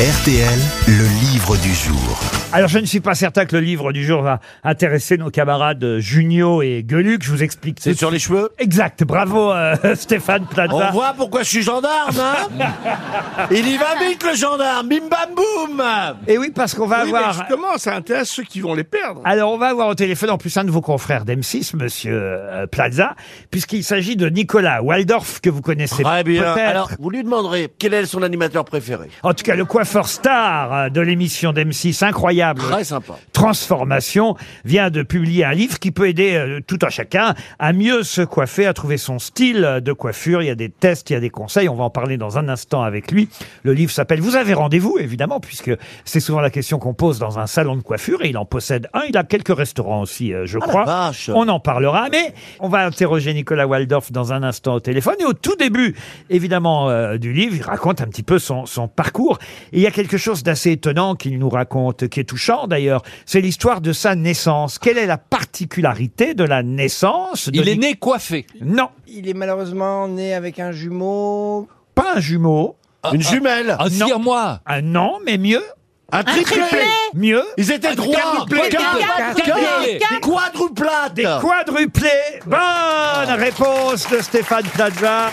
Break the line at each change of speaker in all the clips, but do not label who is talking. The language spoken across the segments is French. RTL, le livre du jour.
Alors, je ne suis pas certain que le livre du jour va intéresser nos camarades euh, Junio et Gueluc. Je vous explique. tout
C'est
de
sur les
suite.
cheveux
Exact. Bravo, euh, Stéphane Plaza.
On voit pourquoi je suis gendarme, hein Il y va vite, le gendarme Bim bam boum
Et oui, parce qu'on va
Oui, mais
avoir.
justement, ça intéresse ceux qui vont les perdre.
Alors, on va avoir au téléphone en plus un de vos confrères d'M6, monsieur euh, Plaza, puisqu'il s'agit de Nicolas Waldorf, que vous connaissez
Très bien.
peut-être.
Alors, vous lui demanderez quel est son animateur préféré.
En tout cas, le coiffeur star euh, de l'émission d'M6, incroyable.
Très sympa.
Transformation vient de publier un livre qui peut aider euh, tout un chacun à mieux se coiffer, à trouver son style euh, de coiffure. Il y a des tests, il y a des conseils. On va en parler dans un instant avec lui. Le livre s'appelle Vous avez rendez-vous, évidemment, puisque c'est souvent la question qu'on pose dans un salon de coiffure et il en possède un. Il a quelques restaurants aussi, euh, je
Ah, la
crois.
vache.
On en parlera, mais on va interroger Nicolas Waldorf dans un instant au téléphone. Et au tout début, évidemment, euh, du livre, il raconte un petit peu son, son parcours. Et il y a quelque chose d'assez étonnant qu'il nous raconte, qui est touchant d'ailleurs. C'est l'histoire de sa naissance. Quelle est la particularité de la naissance de
Il est
Nic-
né coiffé.
Non,
Il est malheureusement né avec un jumeau.
pas un jumeau.
Une jumelle
Ah,
Non.
moi
Un an, mais mieux.
Un triplé
Mieux.
Ils étaient droits
quadruplé.
Quadruplé.
Des quadruplates
Des quadruplés. Bonne réponse de Stéphane Plaza.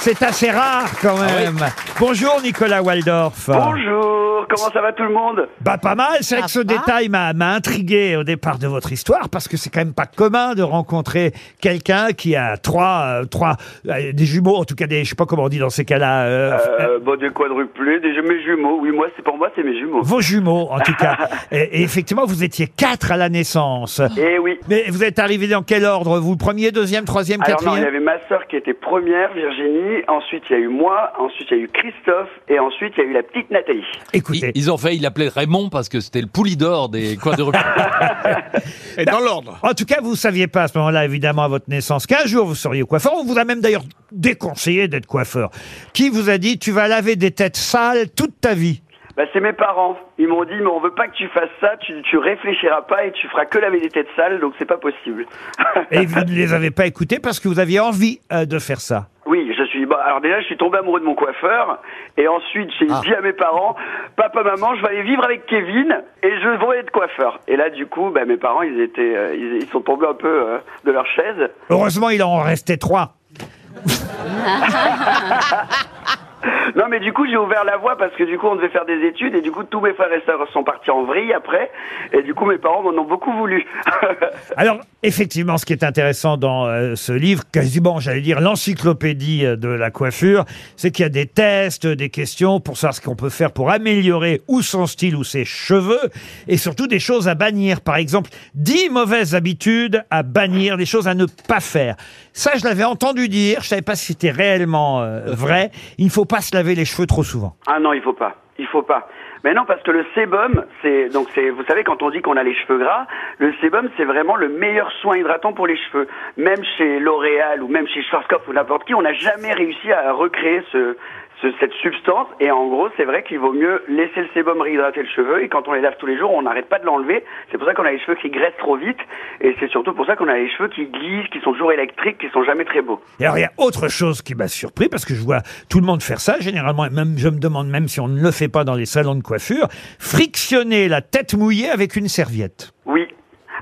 C'est assez rare
Ah
quand même. Bonjour Nicolas Waldorf.
Bonjour, comment ça va tout le monde
Bah pas mal, c'est vrai que ce détail m'a m'a intrigué au départ de votre histoire parce que c'est quand même pas commun de rencontrer quelqu'un qui a trois euh, trois euh, des jumeaux en tout cas des je sais pas comment on dit dans ces cas-là euh,
euh, Bon, des quadruplés, des, mes jumeaux. Oui, moi, c'est pour moi, c'est mes jumeaux.
vos jumeaux en tout cas et, et effectivement vous étiez quatre à la naissance.
Eh oui.
Mais vous êtes arrivé dans quel ordre Vous premier, deuxième, troisième,
Alors non, il y
quatrième
avait ma sœur qui était première, Virginie. Ensuite, il y a eu moi. Ensuite, il y a eu Christophe. Et ensuite, il y a eu la petite Nathalie.
Écoutez,
Ils, ils ont fait, il l'appelait Raymond parce que c'était le poulidor des quadruplés.
Et dans l'ordre.
En tout cas, vous ne saviez pas à ce moment-là, évidemment, à votre naissance, qu'un jour vous seriez coiffeur. On vous a même d'ailleurs déconseillé d'être coiffeur. Qui vous a dit, tu vas laver des têtes sales toute ta vie
Bah, c'est mes parents. Ils m'ont dit, mais on veut pas que tu fasses ça. Tu, tu réfléchiras pas et tu feras que laver des têtes sales, donc c'est pas possible.
Et vous ne les avez pas écoutés parce que vous aviez envie euh, de faire ça.
Oui, je suis. Bah, alors déjà, je suis tombé amoureux de mon coiffeur, et ensuite j'ai dit à mes parents, papa, maman, je vais aller vivre avec Kevin, et je vais être coiffeur. Et là, du coup, bah, mes parents, ils étaient, euh, ils, ils sont tombés un peu euh, de leur chaise.
Heureusement, il en restait trois.
Non, mais du coup, j'ai ouvert la voie parce que du coup, on devait faire des études, et du coup, tous mes frères et sœurs sont partis en vrille après, et du coup, mes parents m'en ont beaucoup voulu.
Alors, effectivement, ce qui est intéressant dans euh, ce livre, quasiment, j'allais dire, l'encyclopédie euh, de la coiffure, c'est qu'il y a des tests, des questions pour savoir ce qu'on peut faire pour améliorer ou son style ou ses cheveux, et surtout des choses à bannir. Par exemple, 10 mauvaises habitudes à bannir, des choses à ne pas faire. Ça, je l'avais entendu dire, je savais pas si c'était réellement euh, vrai. Il ne faut pas se laver les cheveux trop souvent.
Ah non, il faut pas. Il faut pas. Mais non, parce que le sébum, c'est donc c'est vous savez quand on dit qu'on a les cheveux gras, le sébum c'est vraiment le meilleur soin hydratant pour les cheveux. Même chez L'Oréal ou même chez Schwarzkopf ou n'importe qui, on n'a jamais réussi à recréer ce, ce- cette substance. Et en gros, c'est vrai qu'il vaut mieux laisser le sébum réhydrater le cheveu. Et quand on les lave tous les jours, on n'arrête pas de l'enlever. C'est pour ça qu'on a les cheveux qui graissent trop vite. Et c'est surtout pour ça qu'on a les cheveux qui glissent, qui sont toujours électriques, qui sont jamais très beaux.
Et alors, il y a autre chose qui m'a surpris, parce que je vois tout le monde faire ça, généralement, et même, je me demande même si on ne le fait pas dans les salons de coiffure, frictionner la tête mouillée avec une serviette.
Oui.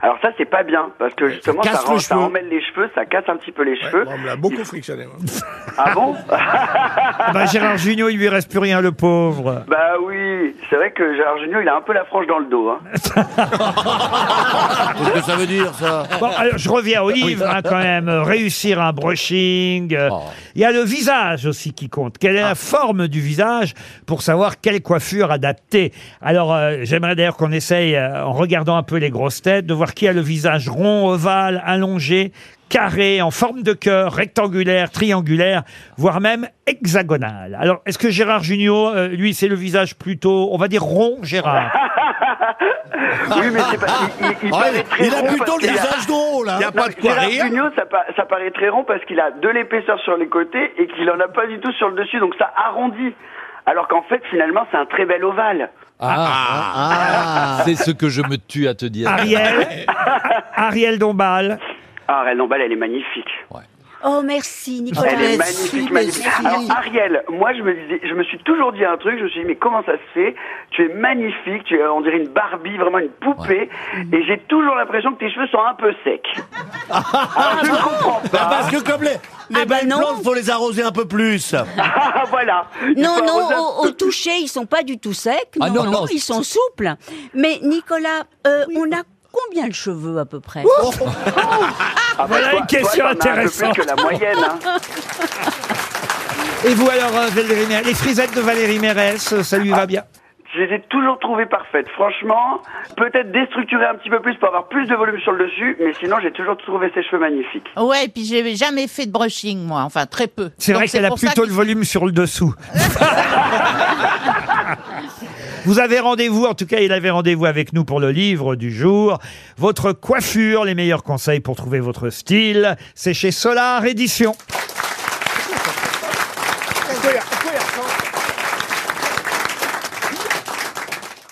Alors ça, c'est pas bien, parce que justement, ça,
casse
rend-
le
ça
cheveu.
emmêle les cheveux, ça casse un petit peu les cheveux.
on me l'a beaucoup frictionné. moi.
Ah bon
Ah bah, Gérard Junior, il lui reste plus rien, le pauvre.
Bah oui, c'est vrai que Gérard Junior, il a un peu la frange dans le dos. Hein.
Ah, Qu'est-ce que ça veut dire, ça
Bon, alors, je reviens au livre, hein, quand même. Euh, Réussir un brushing. euh, Il y a le visage aussi qui compte. Quelle est la forme du visage pour savoir quelle coiffure adapter Alors, euh, j'aimerais d'ailleurs qu'on essaye, euh, en regardant un peu les grosses têtes, de voir qui a le visage rond, ovale, allongé, carré, en forme de cœur, rectangulaire, triangulaire, voire même hexagonal. Alors, est-ce que Gérard Junior, euh, lui, c'est le visage plutôt, on va dire rond, Gérard
Oui, mais c'est pas. Il, il- il
Ah,
paraît
il-
très
Il a
rond
plutôt
parce
le
qu'il a-
visage drôle, hein
Il n'y a pas de quoi
Gérard
rire.
Junior, ça, pa- ça paraît très rond parce qu'il a de l'épaisseur sur les côtés et qu'il en a pas du tout sur le dessus, donc ça arrondit. Alors qu'en fait, finalement, c'est un très bel ovale.
Ah, c'est ce que je me tue à te
Ah,
dire.
Ariel Ariel Dombal
Ah, Reine d'Ambal, elle est magnifique.
Oh, merci, Nicolas.
Elle est magnifique, magnifique. Alors Ariel, moi je me disais, je me suis toujours dit un truc, je me suis dit mais comment ça se fait Tu es magnifique, tu es on dirait une Barbie, vraiment une poupée, et j'ai toujours l'impression que tes cheveux sont un peu secs.
Ah,
Alors, je ne comprends
Bah,
pas.
parce que comme les, les
Ah, bah
belles
non.
plantes, faut les arroser un peu plus.
Ah, voilà. Il
Non,
faut
non,
arroser un
au,
peu
au toucher, ils sont pas du tout secs.
Ah
non,
non,
non,
non,
ils sont souples. Mais Nicolas, euh, on a combien de cheveux à peu près
Ah, bah,
Voilà
toi-
une question
toi, t'en as Un
intéressante.
peu plus que la moyenne. hein.
Et vous alors, euh, Valérie Mérès, les frisettes de Valérie Mérès, euh, ça lui va bien
Je les ai toujours trouvées parfaites. Franchement, peut-être déstructurer un petit peu plus pour avoir plus de volume sur le dessus, mais sinon j'ai toujours trouvé ses cheveux magnifiques.
Ouais, et puis j'ai jamais fait de brushing, moi, enfin très peu.
C'est
Donc
vrai qu'elle a
pour ça
plutôt
que-
le volume sur le dessous. Vous avez rendez-vous, en tout cas, il avait rendez-vous avec nous pour le livre du jour. Votre coiffure, les meilleurs conseils pour trouver votre style, c'est chez Solar Édition.